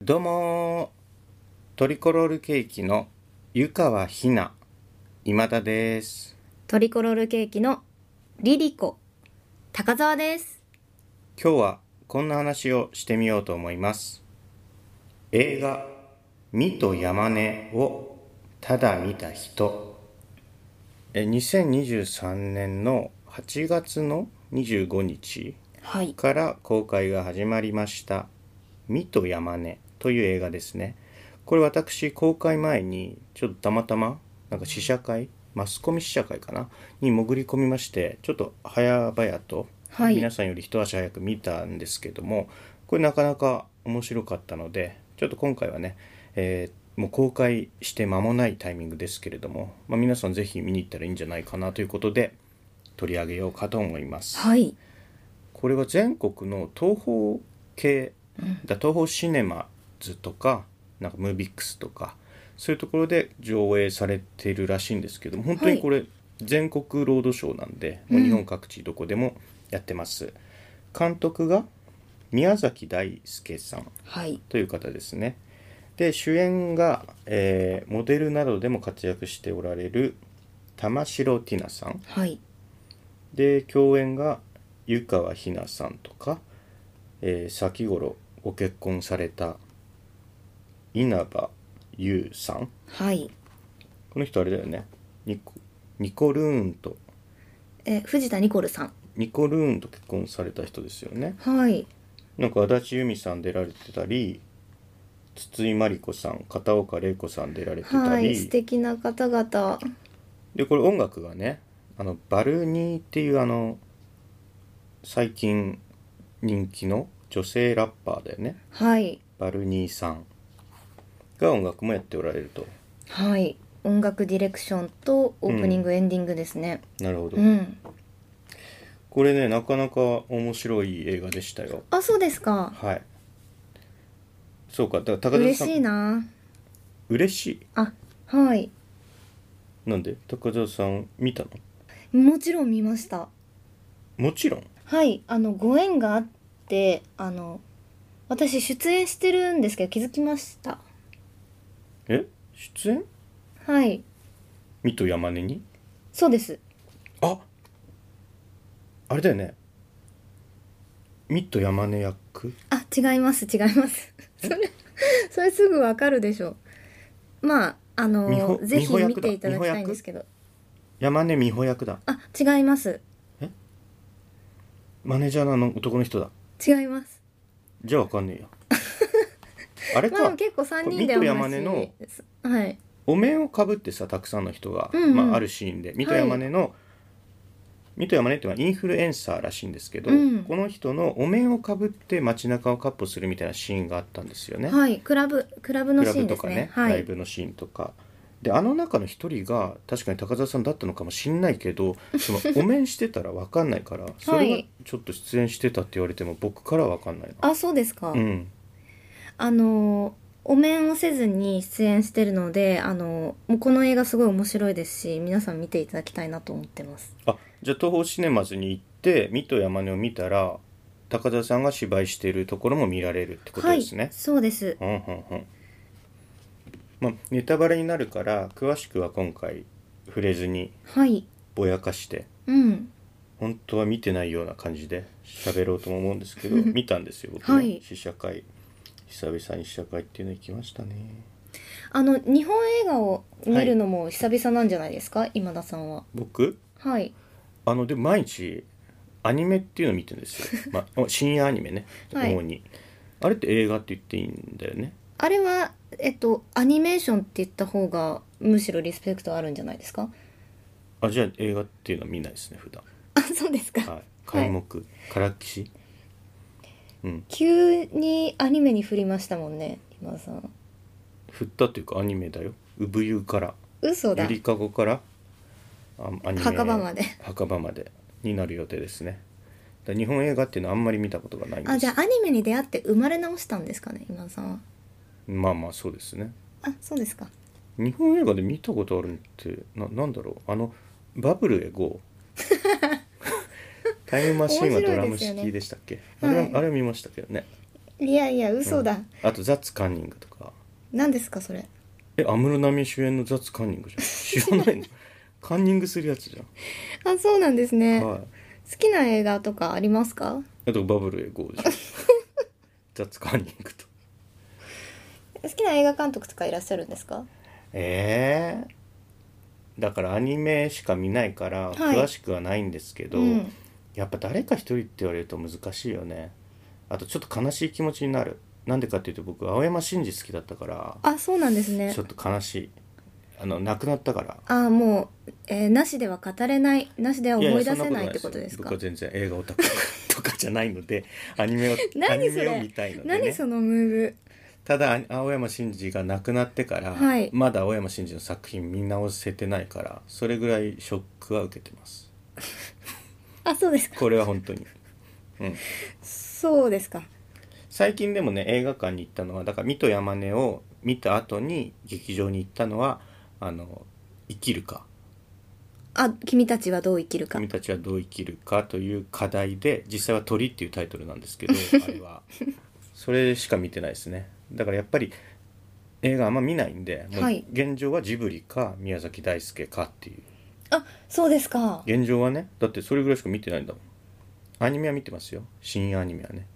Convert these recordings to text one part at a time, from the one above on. どうもートリコロールケーキの湯川ひな今田ですトリコロールケーキのリリコ高澤です今日はこんな話をしてみようと思います映画「ミと山根」をただ見た人え2023年の8月の25日はいから公開が始まりました「水と山根」という映画ですねこれ私公開前にちょっとたまたまなんか試写会マスコミ試写会かなに潜り込みましてちょっと早々とはい皆さんより一足早く見たんですけども、これなかなか面白かったのでちょっと今回はね、えーもう公開して間もないタイミングですけれども、まあ、皆さんぜひ見に行ったらいいんじゃないかなということで取り上げようかと思います。はいこれは全国の東宝系だ東宝シネマズとかなんかムービックスとかそういうところで上映されているらしいんですけども本当にこれ全国ロードショーなんで、もう日本各地どこでもやってます、監督が宮崎大輔さんはいという方ですねで主演が、えーモデルなどでも活躍しておられる玉城ティナさんはいで共演が湯川ひなさんとか、えー先頃ご結婚された稲葉優さんはいこの人あれだよねニコニコルーンとえ藤田ニコルさんニコルーンと結婚された人ですよねはいなんか足立由美さん出られてたり筒井真理子さん片岡玲子さん出られてたはいり素敵な方々でこれ音楽がねあのバルニーっていうあの最近人気の女性ラッパーだよねはいバルニーさんが音楽もやっておられるとはい音楽ディレクションとオープニング、エンディングですねなるほど、うんこれねなかなか面白い映画でしたよあそうですかはいそうかだから高田嬉さんしいな嬉しいあはいなんで高田さん見たのもちろん見ましたもちろんはいあのご縁があってあの私出演してるんですけど気づきましたえ出演はい水戸山根にそうですああれだよね水戸山根役あ違います違いますそれそれすぐわかるでしょまああ美穂のぜ美ひ穂役見ていただだきたいんですけど山根美穂役だあ違いますマネージャーのあの男の人だ違いますじゃあわかんね えよあれか、まあ結構これ3人でお水戸山話根のですはいお面をかぶってさたくさんの人が、うんうんまあ、あるシーンで水戸山根の、水戸山根っていうのはインフルエンサーらしいんですけど、うんこの人のお面をかぶって街中をかっ歩するみたいなシーンがあったんですよね。はいクラブクラブのクシラブーンでとすかねねはライいブのシーンとか。であの中の一人が確かに高澤さんだったのかもしんないけど そのお面してたら分かんないからそれがちょっと出演してたって言われても僕からは分かんないな。あそうですか、うん、あのお面をせずに出演してるのであのもうこの映画すごい面白いですし皆さん見ていただきたいなと思ってますあじゃあ東宝シネマズに行って水戸山根を見たら高澤さんが芝居しているところも見られるってことですねはい。そうですうんうんうんまあ、ネタバレになるから詳しくは今回触れずにはいぼやかしてうん本当は見てないような感じで喋ろうとも思うんですけ ど見たんですよ僕ね、はい試写会久々に試写会っていうの行きましたねあの日本映画を見るのも久々なんじゃないですか、今田さんは僕はいあのでも毎日アニメっていうの見てるんですよ、 まあ、深夜アニメねはい主に、あれって映画って言っていいんだよねあれはえっとアニメーションって言った方がむしろリスペクトあるんじゃないですかあじゃあ映画っていうのは見ないですね普段あ そうですか、はい開目、からっきしうん急にアニメに振りましたもんね今田さん振ったというかアニメだよ産湯から嘘ゆだりかごからあアニメ墓場まで墓場までになる予定ですねだ日本映画っていうのはあんまり見たことがないんですあじゃあアニメに出会って生まれ直したんですかね今田さんはまあまあそうですねあそうですか日本映画で見たことあるのってななんだろうあのバブルへ GO タイムマシーンはドラム面白いですよ式ねでしたっけ、はいあれはあれは見ましたけどねいやいや嘘だ、あと「ザッツカンニング」とか何ですかそれ え安室奈美恵主演の「ザッツカンニング」 じゃん知らないのカンニングするやつじゃあそうなんですね、んはい好きな映画とかありますかあとバブル英語 じゃんザッツカンニングと好きな映画監督とかいらっしゃるんですかえー、だからアニメしか見ないからい詳しくはないんですけど、うんやっぱ誰か一人って言われると難しいよねあとちょっと悲しい気持ちになるなんでかっていうと僕青山真司好きだったからあそうなんですねちょっと悲しいあの亡くなったからあもう、えーなしでは語れないなしでは思い出そせんないっとてことですか僕は全然映画オタクとかじゃないの でアニメをアニ何そメれを見たいので、何ね、そのムーただあ青山真司が亡くなってから、はいまだ青山真司の作品見直せてないからそれぐらいショックは受けてますブあそうですかこれは本 当に、うん、そうですか最近でもね映画館に行ったのはだから「水戸山根」を見た後に劇場に行ったのは「あの生きるかあ君たちはどう生きるか君たちはどう生きるか」という課題で実際は「鳥」っていうタイトルなんですけ どあれはそれしか見てないですねだからやっぱり映画あんま見ないんで、もうはい現状はジブリか宮崎大輔かっていうあそうですか現状はねだってそれぐらいしか見てないんだもんアニメは見てますよ新アニメはね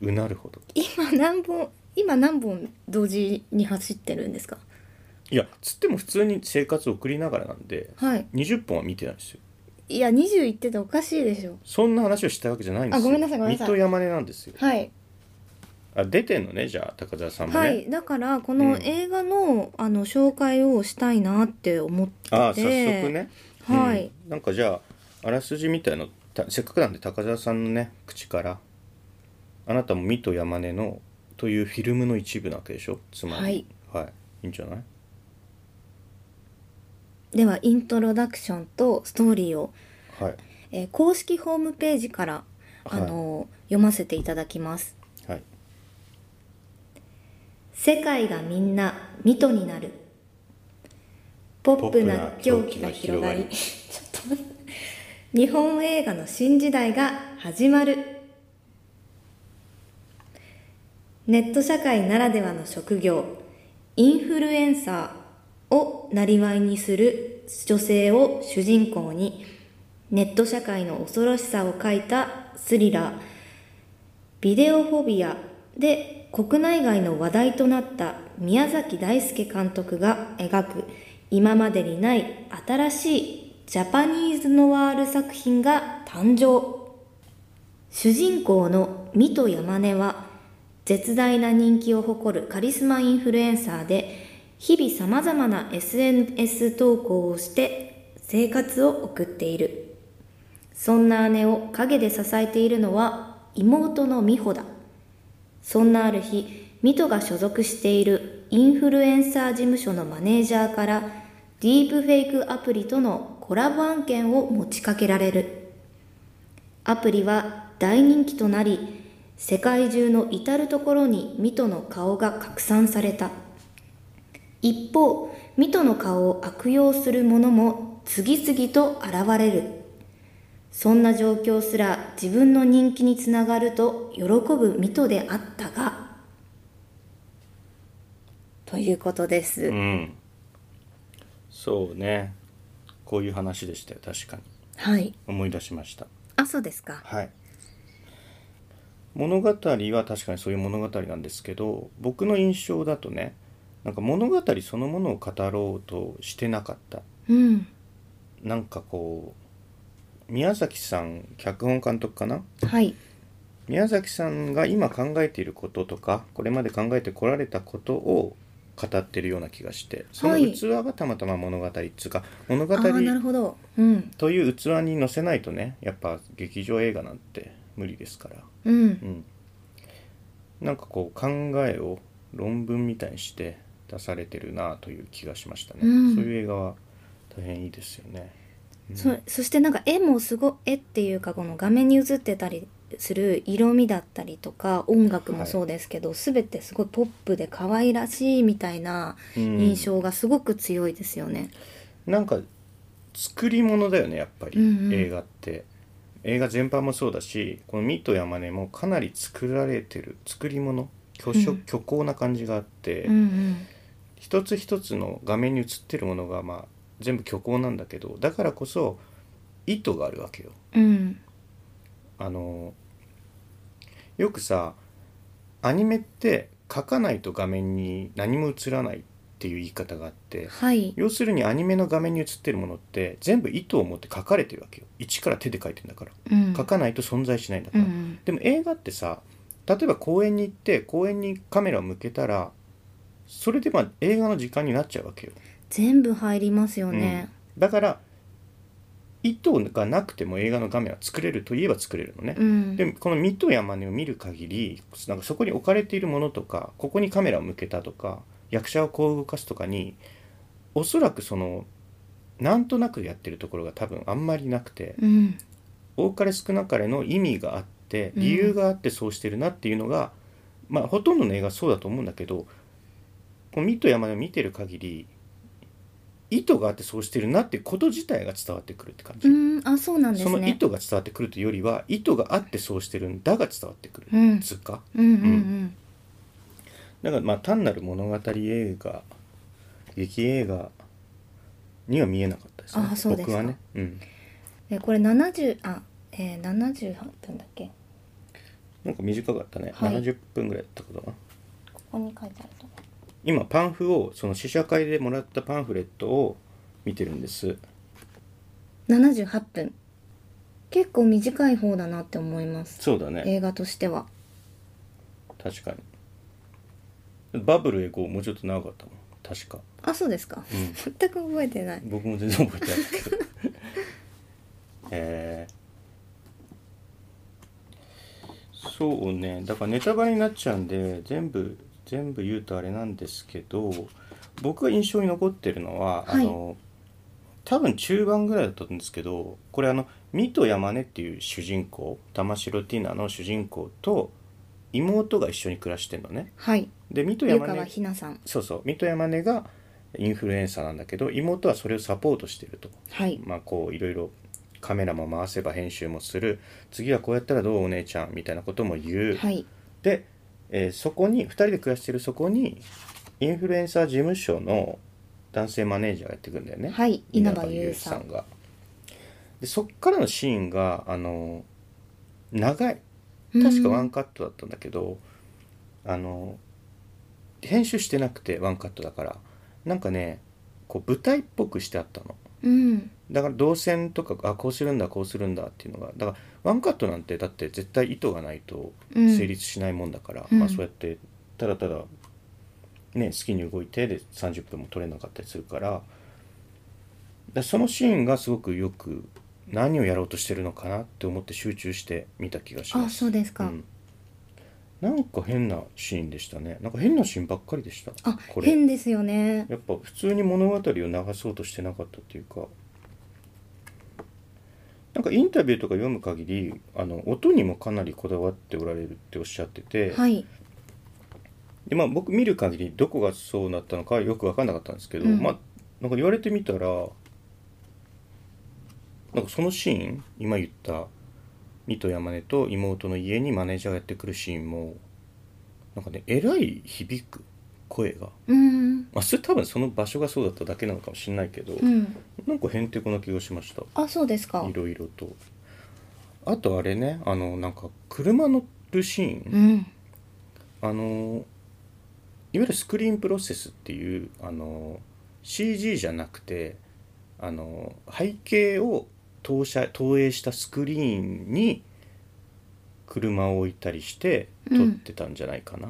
うなるほど今何本今何本同時に走ってるんですかいやつっても普通に生活を送りながらなんではい20本は見てないですよいや20いってておかしいでしょそんな話をしたわけじゃないんですよあごめんなさいごめんなさい水戸山根なんですよはいあ出てんのねじゃあ高澤さんもね、はいだからこうのん映画の,、あの紹介をしたいなって思っててあ早速ね、はいうんなんかじゃああらすじみたいのたせっかくなんで高澤さんのね口からあなたも水戸山根のというフィルムの一部なわけでしょつまりはい、い、いんじゃないではイントロダクションとストーリーを、はいえー公式ホームページから、はいあの読ませていただきますはい世界がみんなミトになるポップな狂気が広がりちょっと待って日本映画の新時代が始まるネット社会ならではの職業インフルエンサーをなりわいにする女性を主人公にネット社会の恐ろしさを書いたスリラービデオフォビアで国内外の話題となった宮崎大輔監督が描く今までにない新しいジャパニーズノワール作品が誕生主人公の水戸山根は絶大な人気を誇るカリスマインフルエンサーで日々さまざまな SNS 投稿をして生活を送っているそんな姉を陰で支えているのは妹の美穂だ。そんなある日、ミトが所属しているインフルエンサー事務所のマネージャーからディープフェイクアプリとのコラボ案件を持ちかけられる。アプリは大人気となり、世界中の至る所にミトの顔が拡散された。一方、ミトの顔を悪用する者も次々と現れる。そんな状況すら自分の人気につながると喜ぶ水戸であったが、ということです。うんそうねこういう話でしたよ確かにはい。思い出しましたあ、そうですか。はい物語は確かにそういう物語なんですけど僕の印象だとねなんか物語そのものを語ろうとしてなかったうん。なんかこう宮崎さん脚本監督かなはい。宮崎さんが今考えていることとかこれまで考えてこられたことを語ってるような気がしてそのはい器がたまたま物語っつうか物あ語あー、なるほど。うん。という器に載せないとねやっぱ劇場映画なんて無理ですから、うう。んん、なんかこう考えを論文みたいにして出されてるなという気がしましたね、うんそういう映画は大変いいですよね。うんそそしてなんか絵もすご絵っていうかこの画面に映ってたりする色味だったりとか音楽もそうですけど、全てすごいポップで可愛らしいみたいなうん印象がすごく強いですよね。なんか作り物だよねやっぱり、うんうん映画って映画全般もそうだしこの「ミと山根」もかなり作られてる作り物虚色、うん虚構な感じがあって、うんうん一つ一つの画面に映ってるものが、まあ、全部虚構なんだけどだからこそ意図があるわけよ。うんあのよくさアニメって書かないと画面に何も映らないっていう言い方があってはい要するにアニメの画面に映ってるものって全部意図を持って書かれてるわけよ一から手で書いてんだからうん書かないと存在しないんだかうら、んでも映画ってさ例えば公園に行って公園にカメラを向けたらそれでまあ映画の時間になっちゃうわけよ全部入りますよねだから意図がなくても映画の画面は作れるといえば作れるのね、うんでこの「水戸山根」を見る限りなんかそこに置かれているものとかここにカメラを向けたとか役者をこう動かすとかにおそらくそのなんとなくやってるところが多分あんまりなくてうん多かれ少なかれの意味があってうん理由があってそうしてるなっていうのが、まあほとんどの映画そうだと思うんだけどこの「水戸山根」を見てる限り意図があってそうしてるなってこと自体が伝わってくるって感じ。うんあそうなんでそすの意ね図が伝わってくるというよりは意図があってそうしてるんだが伝わってくるうんつうかうんうんだからまあ単なる物語映画劇映画には見えなかったですねあそうですか僕はね、うん、うんえこれ70あえー、78分だっけなんか短かったね、はい70分ぐらいだったことかなここに書いてあると今パンフをその試写会でもらったパンフレットを見てるんです78分結構短い方だなって思いますそうだね映画としては確かにバブルエゴもうちょっと長かったもん確か、あそうですか、うん、全く覚えてない僕も全然覚えてないんだけど えーそうねだからネタバレになっちゃうんで全部全部言うとあれなんですけど僕が印象に残ってるのは、はいあの多分中盤ぐらいだったんですけどこれあの水戸山根っていう主人公玉城ティナの主人公と妹が一緒に暮らしてんのね。はいで水戸湯山川根ひなさんそうそう水戸山根がインフルエンサーなんだけど妹はそれをサポートしてるとはいまあこういろいろカメラも回せば編集もする次はこうやったらどうお姉ちゃんみたいなことも言う、はいで、えーそこに2人で暮らしてるそこにインフルエンサー事務所の男性マネージャーがやってくんだよねはい稲葉優稲さ葉んがでそっからのシーンがあの長い確かワンカットだったんだけど、あの編集してなくてワンカットだからなんかねこう舞台っぽくしてあったのうんだから動線とかあこうするんだこうするんだっていうのがだからワンカットなんてだって絶対意図がないとうん成立しないもんだから、うんまあそうやってただただね好きに動いてで30分も撮れなかったりするからだからそのシーンがすごくよく何をやろうとしてるのかなって思って集中して見た気がしますあ。そうですか、うんなんか変なシーンでしたねなんか変なシーンばっかりでしたあこれ変ですよねやっぱ普通に物語を流そうとしてなかったっていうかなんかインタビューとか読む限りあの音にもかなりこだわっておられるっておっしゃってて、はいでまあ、僕見る限りどこがそうなったのかはよく分かんなかったんですけど、うんまあなんか言われてみたらなんかそのシーン今言った水戸山根と妹の家にマネージャーがやってくるシーンもなんかねえらい響く声が、うんまあ、それ多分その場所がそうだっただけなのかもしれないけど、うんなんかへんてこな気がしましたあそうですかいろいろとあとあれねあのなんか車乗るシーン、うんあのいわゆるスクリーンプロセスっていうあの CG じゃなくてあの背景を投射投影したスクリーンに車を置いたりして撮ってたんじゃないかな、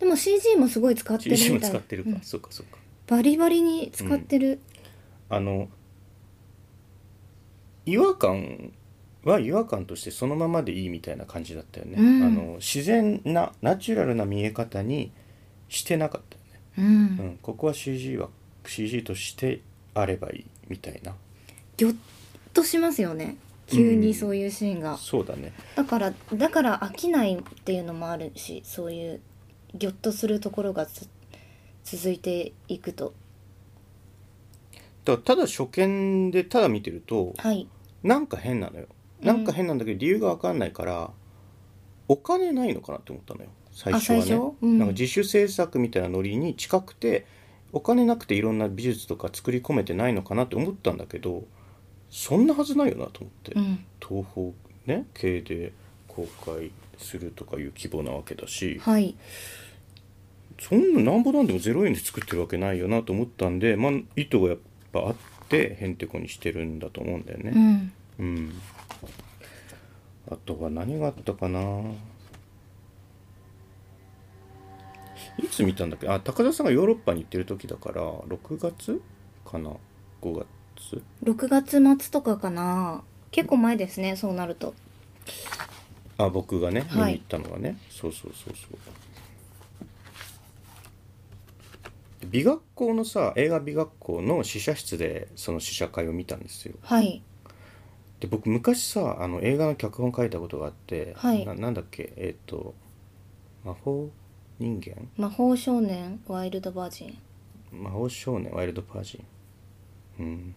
でも CG もすごい使ってるみた CG いも使ってるか、うんそうかそうかバリバリに使ってる、あの違和感は違和感としてそのままでいいみたいな感じだったよね、うんあの自然なナチュラルな見え方にしてなかったよねうんうん、ここは CG は CG としてあればいいみたいなぎょっとしますよね急にそういうシーンが、そうだねだからだから飽きないっていうのもあるしそういうぎょっとするところがつ続いていくとだただ初見でただ見てるとはいなんか変なのよなんか変なんだけど理由が分かんないから、お金ないのかなって思ったのよ最初はあね最初うんなんか自主制作みたいなノリに近くてお金なくていろんな美術とか作り込めてないのかなって思ったんだけどそんなはずないよなと思って、うん東宝ね系で公開するとかいう規模なわけだし、はいそんななんぼなんでも0円で作ってるわけないよなと思ったんで、まあ、意図がやっぱあってへんてこにしてるんだと思うんだようね。んうん、あとは何があったかないつ見たんだっけあ高田さんがヨーロッパに行ってる時だから6月かな5月6月末とかかな結構前ですねそうなるとあ僕がね見はいに行ったのがね、そうそうそうそう美学校のさ映画美学校の試写室でその試写会を見たんですよはいで僕昔さあの映画の脚本書いたことがあって、はいななんだっけえっ、と魔法人間魔法少年ワイルドバージン魔法少年ワイルドパージンうん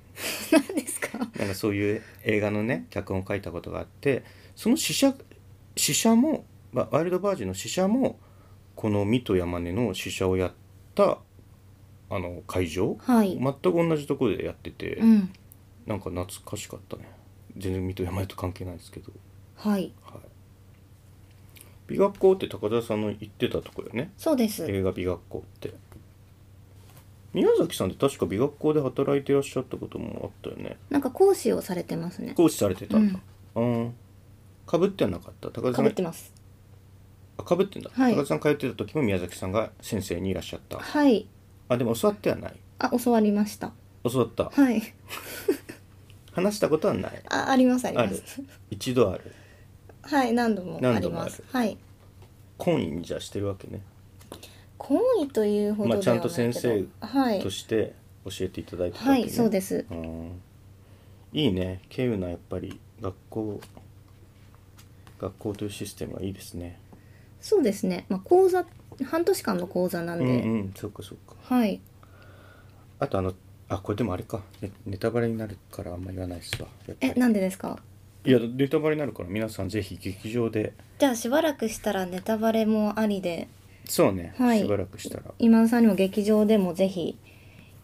何ですかなんかそういう映画のね脚本を書いたことがあってその試写試写もまあワイルドバージンの試写もこの「水戸山根」の試写をやったあの会場、はい全く同じところでやってて、うんなんか懐かしかったね全然水戸山根と関係ないですけど、はいはい、美学校って高田さんの言ってたとこよねそうです映画美学校って宮崎さんって確か美学校で働いていらっしゃったこともあったよねなんか講師をされてますね行使されてたんだ、うん、かぶってはなかった高田かさんぶがってますあかぶってんだ、はい高田さん通ってた時も宮崎さんが先生にいらっしゃったはいあでも教わってはないあ教わりました教わったはい話したことはないあありますありあまるす一度あるはい何度もあ何り度もあまるすはい懇意にじゃあしてるわけね懇意というほどまあではないちけど、ゃんと先生はいとして教えていただいてたわけはね、いそうですうんいいね稀有なやっぱり学校学校というシステムはいいですねそうですねまあ講座半年間の講座なんうんで、うんそっかそっかはいあとあのあこれでもあれかネネタバレになるからあんま言わないっすわやっぱりえなんでですかいやネタバレになるから皆さんぜひ劇場でじゃあしばらくしたらネタバレもありでそうね、はいしばらくしたら今田さんにも劇場でもぜひ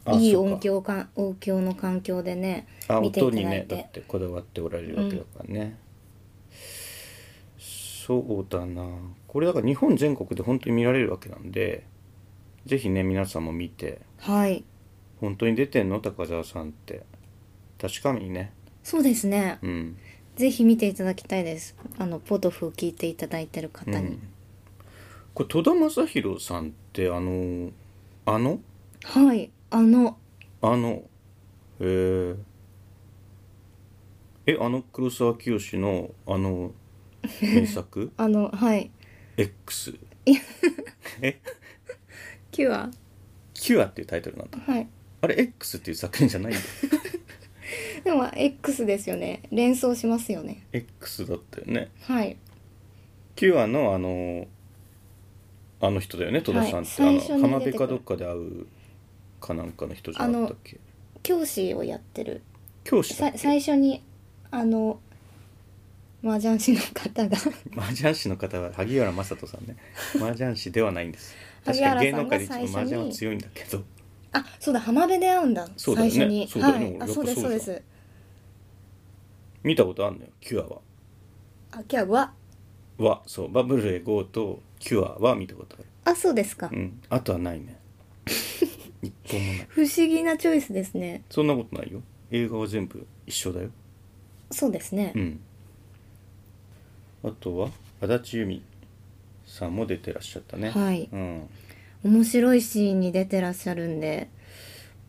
あいいそうか音響か音響の環境でねあ見ていた音だいにねて、だってこだわっておられるわけだからね、そうだなこれだから日本全国で本当に見られるわけなんでぜひね皆さんも見てはい本当に出てんの高澤さんって確かにねそうですねうんぜひ見ていただきたいですあのポトフを聞いていただいてる方に、うんこれ戸田正宏さんってあのあのはいあのあのえー、えあの黒沢清のあの名 作あのはい X 「キュア」 「キュア」っていうタイトルなんだはいあれ X っていう作品じゃないんだでも X ですよね連想しますよね X だったよねはいキュアのあのあの人だよね戸田さんって、はい最初あにの浜出て辺くるかどっかで会うかなんかの人じゃなかったっけ教師をやってる教師だっさけ最初にあの麻雀師の 方が麻雀師の方は萩原正人さ んね麻雀師ではないんです確萩かに芸能原さんが界で一番最初に麻雀は強いんだけどあそうだ浜辺で会うんだそうだよね最初にそうだよねはいあ俺そうですそやうっぱそでうす見たことあるのよキュアはあキャははそうバブルエゴーとキュアは見たことあるあそうですか、うんあとはない ね一本もない不思議なチョイスですねそんなことないよ映画は全部一緒だよそうですね、うんあとは足立由美さんも出てらっしゃったねはいうん面白いシーンに出てらっしゃるんで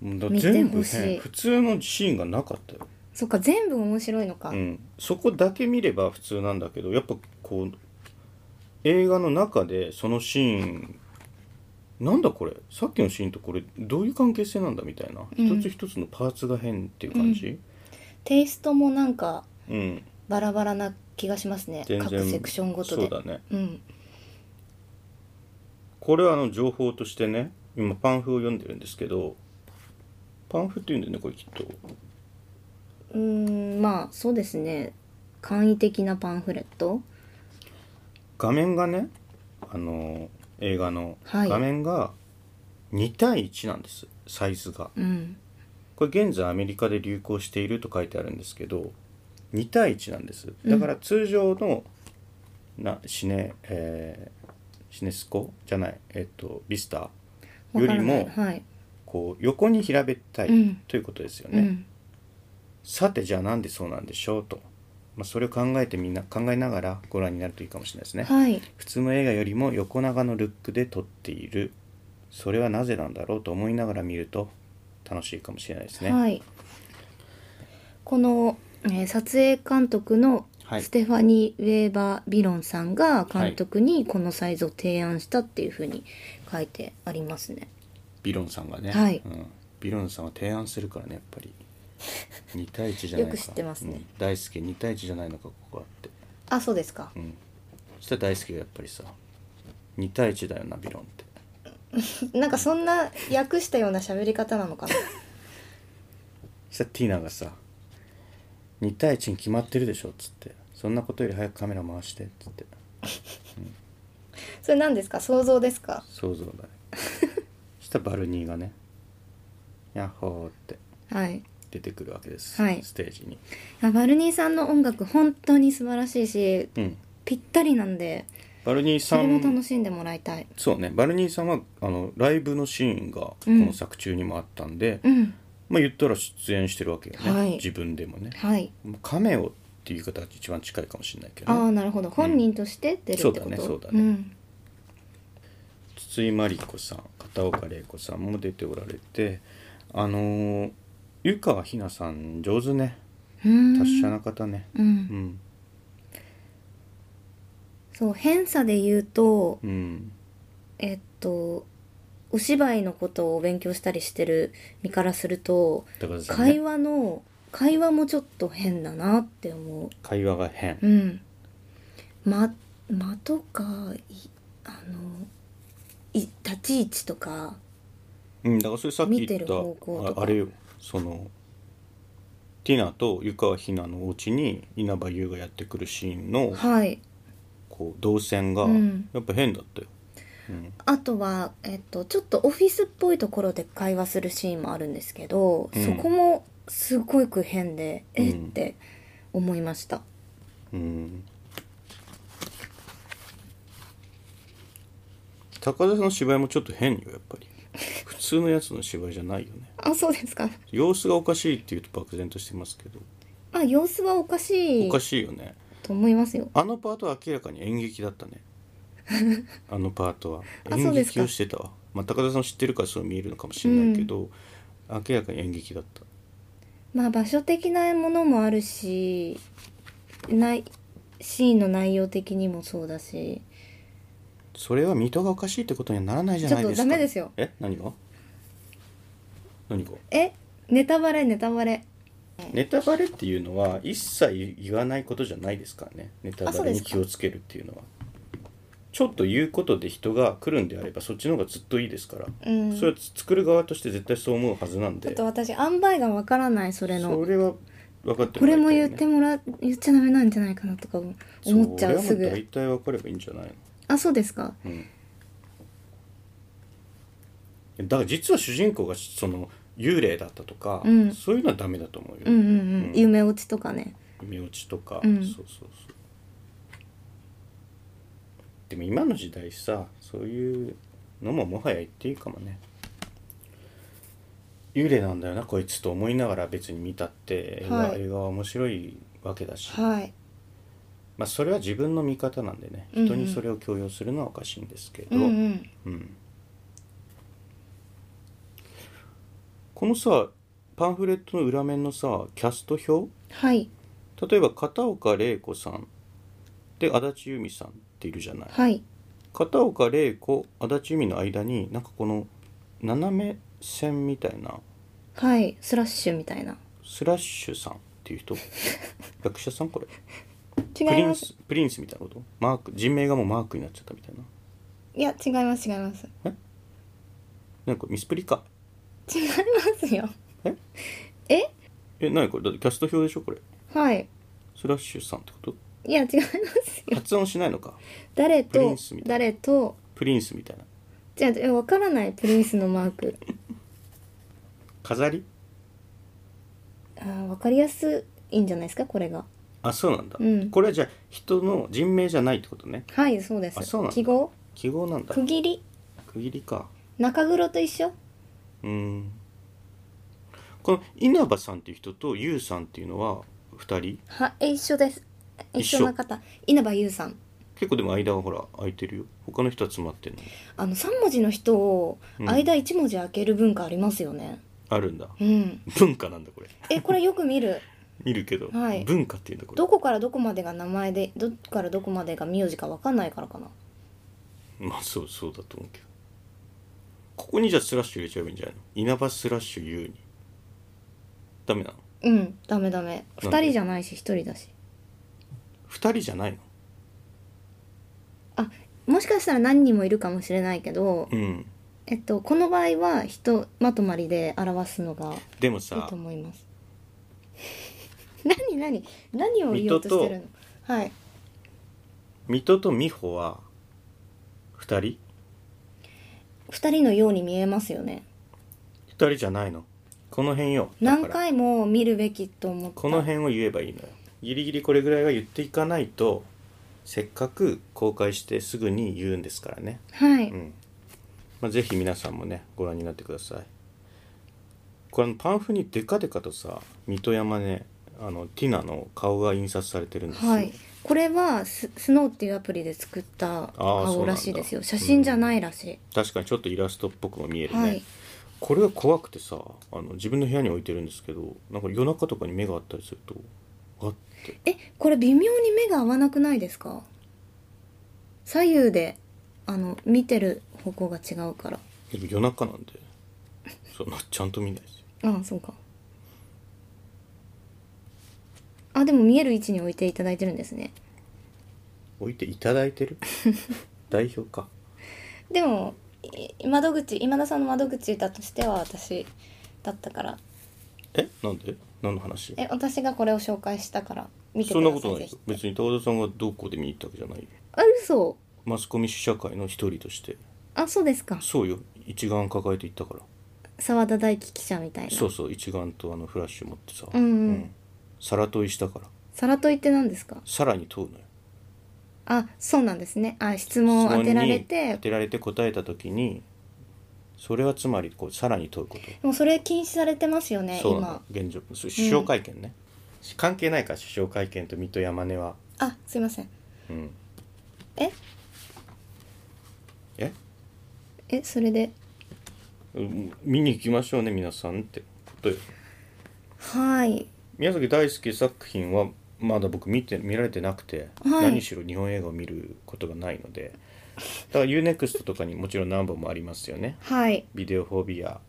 だ見て全部ほしいね普通のシーンがなかったよそっか全部面白いのか、うん、そこだけ見れば普通なんだけどやっぱこう映画の中でそのシーンなんだこれさっきのシーンとこれどういう関係性なんだみたいな、うん一つ一つのパーツが変っていう感じ、テイストもなんかうんバラバラな気がしますね全然各セクションごとそうでだねうんこれはあの情報としてね今パンフを読んでるんですけどパンフっていうんだよねこれきっとうーんまあそうですね簡易的なパンフレット画面がねあの映画のはい画面が2対1なんです、サイズがうんこれ現在アメリカで流行していると書いてあるんですけど2対1なんですだから通常の、なシネ、えーシネスコじゃないえっとビスタわよからりないもはいこう横に平べったい、うんということですようね、んさてじゃあなんでそうなんでしょうと、まあ、それを考えてみんな考えながらご覧になるといいかもしれないですね、はい普通の映画よりも横長のルックで撮っているそれはなぜなんだろうと思いながら見ると楽しいかもしれないですね、はいこの、えー撮影監督のはいステファニー・ウェーバー・ビロンさんが監督にこのサイズを提案したっていうふうに書いてありますね。ビロンさんがね、はいうん、ビロンさんは提案するからねやっ ぱり2対1じゃないのかよく知ってますねうん大輔2対1じゃないのかここはって、あそうですか う。ん、そしたら大輔がやっぱりさ2対1だよなビロンってなんかそんな訳したような喋り方な のかな。そしたらティーナがさ「2対1に決まってるでしょ」っつって「そんなことより早くカメラ回して」っつってそれ何ですか想像ですか想像 だねそしたらバルニーがね「ヤッホー」ってはい。出てくるわけです、はいステージにあバルニーさんの音楽本当に素晴らしいしうんぴったりなんでバルニーそされも楽んしんでもらいたい。そうねバルニーさんはあのライブのシーンがこうんの作中にもあったんで、うんまあ言ったら出演してるわけよね、はい自分でもねはい。まあカメオっていう方が一番近いかもしれないけあど、あね、なるほど本人として出るってこと。そうだねそうだねん筒井真理子さん片岡玲子さんも出ておられてあのー湯川ひなさん上手ねうん達者な方ねうんうんそう偏差で言うとうんえっとお芝居のことを勉強したりしてる身からすると高田さんね会話の会話もちょっと変だなって思う会話が変うん間間とかいあのい立ち位置とかうん、だからそれさっき見て言るった方向とかああれよそのティナと湯川ひなのお家に稲葉優がやってくるシーンのはいこう動線がうんやっぱ変だったよ、うんあとは、えっと、ちょっとオフィスっぽいところで会話するシーンもあるんですけど、うんそこもすごく変で、うんえって思いましたうん、高田さんの芝居もちょっと変よやっぱり普通のやつの芝居じゃないよねあそうですか様子がおかしいっていうと漠然としてますけどあ様子はおかしおいかしいよねと思いますよあのパートは明らかに演劇だ ったねあのパートはあそ演うです劇かをしてたわまあ、高田さん知ってるからそう見えるのかもしれないけど、明らかに演劇だったまあ場所的なものもあるしないシーンの内容的にもそうだしそれは水戸がおかしいってことにはならないじゃないですかちょっとダメですよえ何が何がえネタバレネタバレネタバレっていうのは一切言わないことじゃないですからねネタあそバうでレすにか気をつけるっていうのはちょっと言うことで人が来るんであればそっちの方がずっといいですから、うんそれは作る側として絶対そう思うはずなんちょっでと私塩梅がわからないそれのそれは分かってこもらいたいよねれも言ってもら言っちゃダメなんじゃないかなとか思っちゃうすそれはもうぐ大体分かればいいんじゃないの、あそうですかうん、だから実は主人公がその幽霊だったとか、うんそういうのはダメだと思うよ、うんうんうん、うん夢落ちとかね身内とか、うんそうそうそうでも今の時代さそういうのももはや言っていいかもね幽霊なんだよなこいつと思いながら別に見たって映画,、はい映画は面白いわけだし、はいまあ、それは自分の見方なんでねうんうん人にそれを強要するのはおかしいんですけど、うんうんうんこのさパンフレットの裏面のさキャスト表はい例えば片岡玲子さんで足立由美さんっているじゃない、はい片岡玲子足立由美の間になんかこの斜め線みたいなはいスラッシュみたいなスラッシュさんっていう 人役者さんこれ違プリいまンすスプリンスみたいなことマーク人名がもうマークになっちゃったみたいないや違います違いますなんかミスプリか違いますよえええ何これだってキャスト表でしょこれはいスラッシュさんってこといや違いますよ発音しないのか誰プリとンスみたいな誰とプリンスみたいなじゃあ分からないプリンスのマーク飾りあー分かりやすいんじゃないですかこれがあそうなんだ、うんこれはじゃあ人の人名じゃないってことねはいそうですあそうなんだ記号記号なんだ区切り区切りか中黒と一緒うーんこの稲葉さんっていう人と優さんっていうのは2人はえ一緒です一緒一緒の方稲葉優さん結構でも間はほら空いてるよ他の人は詰まってんのあの3文字の人をうん間1文字開ける文化ありますよねあるんだうん、文化なんだこれえこれよく 見る見るけど、はい文化っていうんだこれどこからどこまでが名前でどこからどこまでが名字か分かんないからかなまあそうそうだと思うけどここにじゃあスラッシュ入れちゃえばいいんじゃないの稲葉スラッシュ U にダメなのうんダメダメで2人じゃないし1人だし2人じゃないのあもしかしたら何人もいるかもしれないけど、うんえっと、この場合はひとまとまりで表すのがでもいいさと思います 何何何を言おうとしてるのはい水戸と美穂は2人2 2人のように見えますよね人じゃないのこの辺よだから何回も見るべきと思ったこの辺を言えばいいのよギリギリこれぐらいは言っていかないとせっかく公開してすぐに言うんですからねはい、うん、まあ、ぜひ皆さんもねご覧になってくださいこれあのパンフにデカデカとさ水戸山ねあのティナの顔が印刷されてるんですよ、はいこれはススノーっていうアプリで作ったそうな顔んだらしいですよ写真じゃないらし確かにちょっとイラストっぽくも見えい、るね、はいこれが怖くてさあの自分の部屋に置いてるんですけどなんか夜中とかに目があったりするとわってえこれ微妙に目が合わなくないですか左右であの見てる方向が違うからでも夜中なんでその ちゃんと見ないですよああそうかあでも見える位置に置いていただいてるんですね置いていただいて る代表かでもい窓口今田さんの窓口だとしては私だったからえなんで何の話え私がこれを紹介したから見てくそだんさないことなぜいひ別に高田さんがどこで見に行ったわけじゃないよあ嘘マスコミ社会の一人としてあそうですかそうよ一眼抱えて行ったから澤田大樹記者みたいなそうそう一眼とあのフラッシュ持ってさ、うんうんさらといしたからサラトイって何ですかさらに問うのよあそうなんですねあ質問を当てられ質問にて当てられて答えた時にそれはつまりこうさらに問うこと、でもそれ禁止されてますよねそうなの今現状そう首相会見ね、関係ないから首相会見と水戸山根はあすいませんうんえええそれでうん見に行きましょうね皆さんってことよはい宮崎大輔作品はまだ僕見て見られてなくて、はい何しろ日本映画を見ることがないのでだから UNEXT とかにもちろん何本もありますよねはいビデオフォビア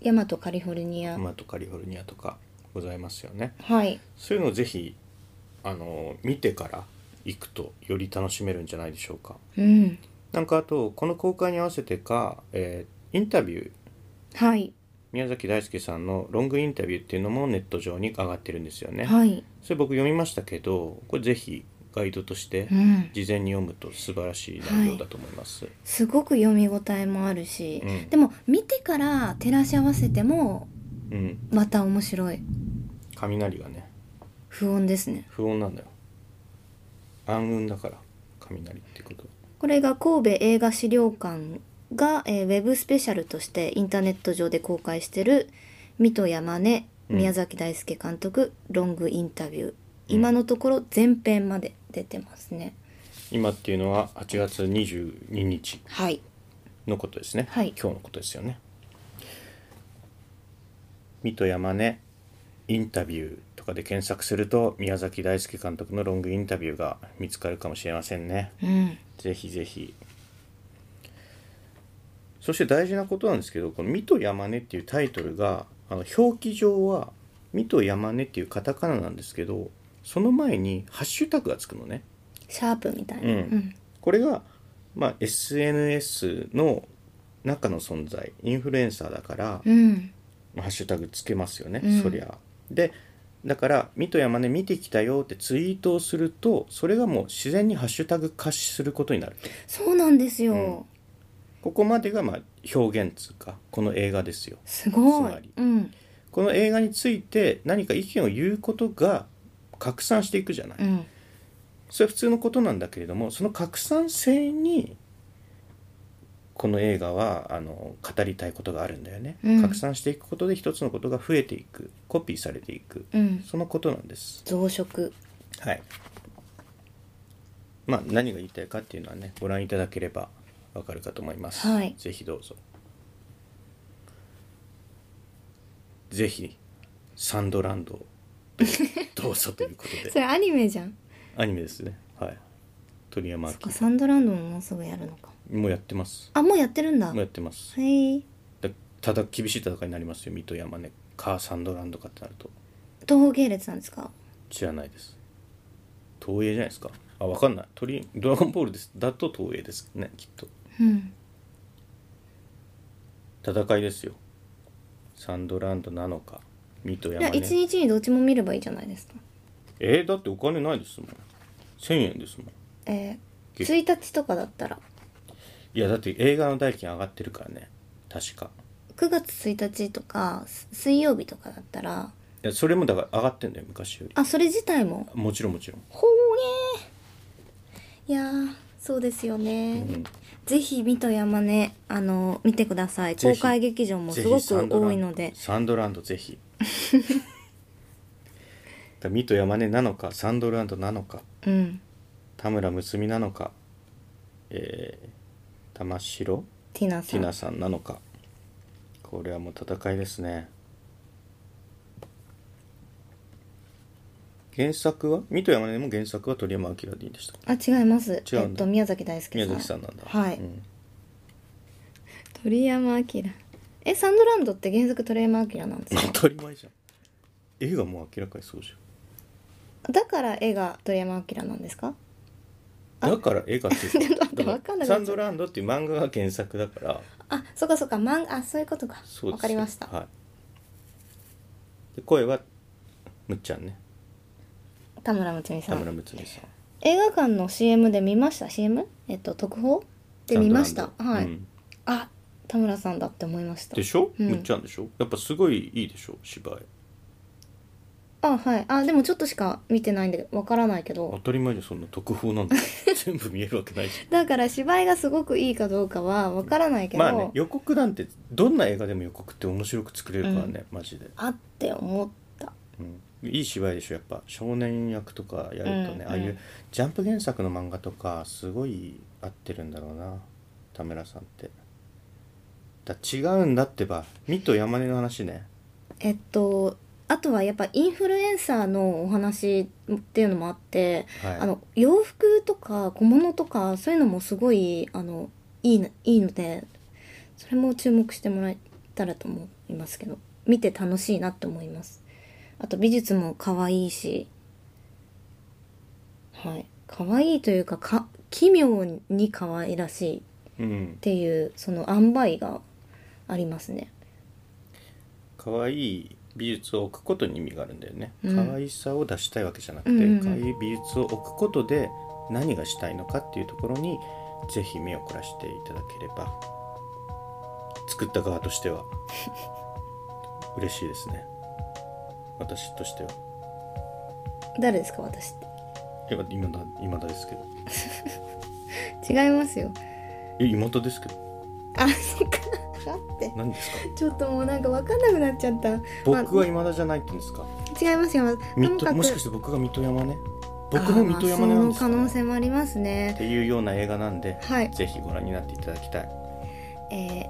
ヤマトカリフォルニア、マとカリフォルニアとかございますよねはいそういうのをぜひあの見てから行くとより楽しめるんじゃないでしょうかうんなんかあとこの公開に合わせてか、えーインタビューはい宮崎大輔さんのロングインタビューっていうのもネット上に上がってるんですよね、はいそれ僕読みましたけどこれぜひガイドとしてうん事前に読むと素晴らしい内容だと思います、すごく読み応えもあるし、うんでも見てから照らし合わせてもうんまた面白い雷がね不穏ですね不穏なんだよ暗雲だから雷ってことこれが神戸映画資料館が、えーウェブスペシャルとしてインターネット上で公開してる水戸山根うん宮崎大輔監督、ロングインタビュー、うん今のところ全編まで出てますね今っていうのは8月22日はいのことですね、はい今日のことですよね水戸山根インタビューとかで検索すると宮崎大輔監督のロングインタビューが見つかるかもしれませんねうんぜひぜひそして大事なことなんですけどこの「水戸山根」っていうタイトルがあの表記上は「水戸山根」っていうカタカナなんですけどその前にハッシュタグがつくのねシャープみたいな、うんこれが、まあ、SNS の中の存在インフルエンサーだから、うんうんハッシュタグつけますよね、うんそりゃでだから「ミトヤマネ見てきたよ」ってツイートをするとそれがもう自然にハッシュタグ化しすることになるそうなんですよ、うんここまでがまあ表現つうかこの映画ですよすごつまいり、うんこの映画について何か意見を言うことが拡散していくじゃない、うん、それは普通のことなんだけれどもその拡散性にこの映画はあの語りたいことがあるんだよね、うん拡散していくことで一つのことが増えていくコピーされていくうん、そのことなんです増殖はいまあ何が言いたいかっていうのはねご覧いただければわかるかと思います、はいぜひどうぞぜひサンドランドを どうぞということ でそれアニメじゃんアニメですねはい鳥山そっか明サンドランドももうすぐやるのかもうやってますあもうやってるんだもうやってますはいだただ厳しい戦いになりますよ水戸山根かサンドランドかってなると東方系列なんですか知らないです東映じゃないですかあわかんない鳥ドラゴンボールですだと東映ですねきっとうん戦いですよサンドランドなのか水戸いや山一根日にどっちも見ればいいじゃないですかえー、だってお金ないですもん1000円ですもんえー、げ1日とかだったらいやだって映画の代金上がってるからね確か9月1日とかす水曜日とかだったらいやそれもだから上がってんだよ昔よりあそれ自体ももちろんもちろんほえーいやーそうですよね、うんぜひ「水戸山根」あの見てくださいぜ公ひ開劇場もぜすひごくサンドランド多いのでサンドランドぜ ひだからミト山根なのかサンドランドなのかうん田村睦美なのかえー、玉城ティナさティんナさんなのかこれはもう戦いですね原作はミト山根も原作は鳥山明でいいんでしたあ違います違うえんっだと宮崎大輔さん宮崎さんなんだはい、うん鳥山明えサンドランドって原作鳥山明なんです か当たり前じゃん絵がもう明らかにそうじだから絵が鳥山明なんですかゃんだから絵がっていうだってわ かんなくなっちゃうサンドランドっていう漫画が原作だからあそっかそっか漫画あそういうことかそうですわかりました、はい、で声はむっちゃんね田村睦美さ田村ん睦美さん映画館の CM で見ました CM? えっと特報で見ましたサンドラはい、ンドうんあ田村さんだって思いましたでしょ、うんむっちゃんでしょやっぱすごいいいでしょ芝居あはいあでもちょっとしか見てないんでわからないけ当どたり前じゃんそんな特報 なんだ全部見えるわけないじだから芝居がすごくいいかどうかはわからないゃけんど、まあね予告なんてどんな映画でも予告って面白く作れるからね、マジで、あって思ったうん、いい芝居でしょやっぱ少年役とかやるとね、うんああいうんうジャンプ原作の漫画とかすごい合ってるんだろうな田村さんってだ違うんだってばミと山根の話ねえっとあとはやっぱインフルエンサーのお話っていうのもあって、はいあの洋服とか小物とかそういうのもすごいあのいいないいのでそれも注目してもらえたらと思いますけど見て楽しいなって思いますあと美術も可愛いしはい可愛いというかか奇妙に可愛らしいっうんていうその塩梅がありますね可愛い美術を置くことに意味があるんだよね、うん可愛さを出したいわけじゃなくて、うんうんうん可愛い美術を置くことで何がしたいのかっていうところにぜひ目を凝らしていただければ作った側と しては嬉しいですね私としては誰ですか私って今今だ今だですけど違いますよえ今だですけどあそっか待って何 ですかちょっともうなんか分かんなくなっちゃった僕は今だじゃないって言うんですか違いますよとみもとかくもしかして僕が水戸山ね僕も水戸山あ根ーまなあんですそか、の可能ね、性もありますねっていうような映画なんで、はいぜひご覧になっていただきたいえー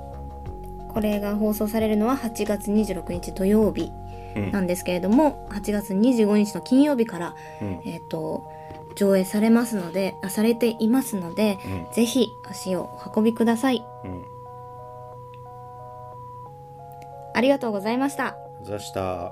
これが放送されるのは8月26日土曜日うんなんですけれども、8月25日の金曜日から、うんえっ、と上映されますので、あされていますので、うんぜひ足をお運びください。うん、ありがとうございました。ざした。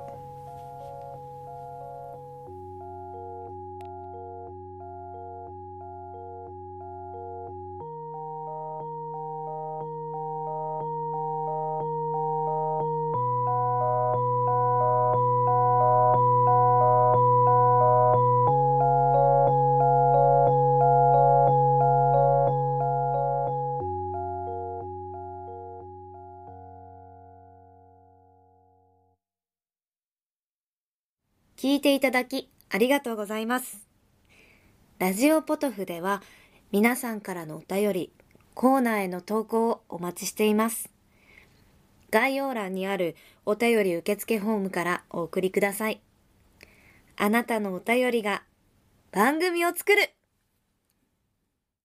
聞いていただきありがとうございます。ラジオポトフでは皆さんからのお便り、コーナーへの投稿をお待ちしています。概要欄にあるお便り受付フォームからお送りください。あなたのお便りが番組を作る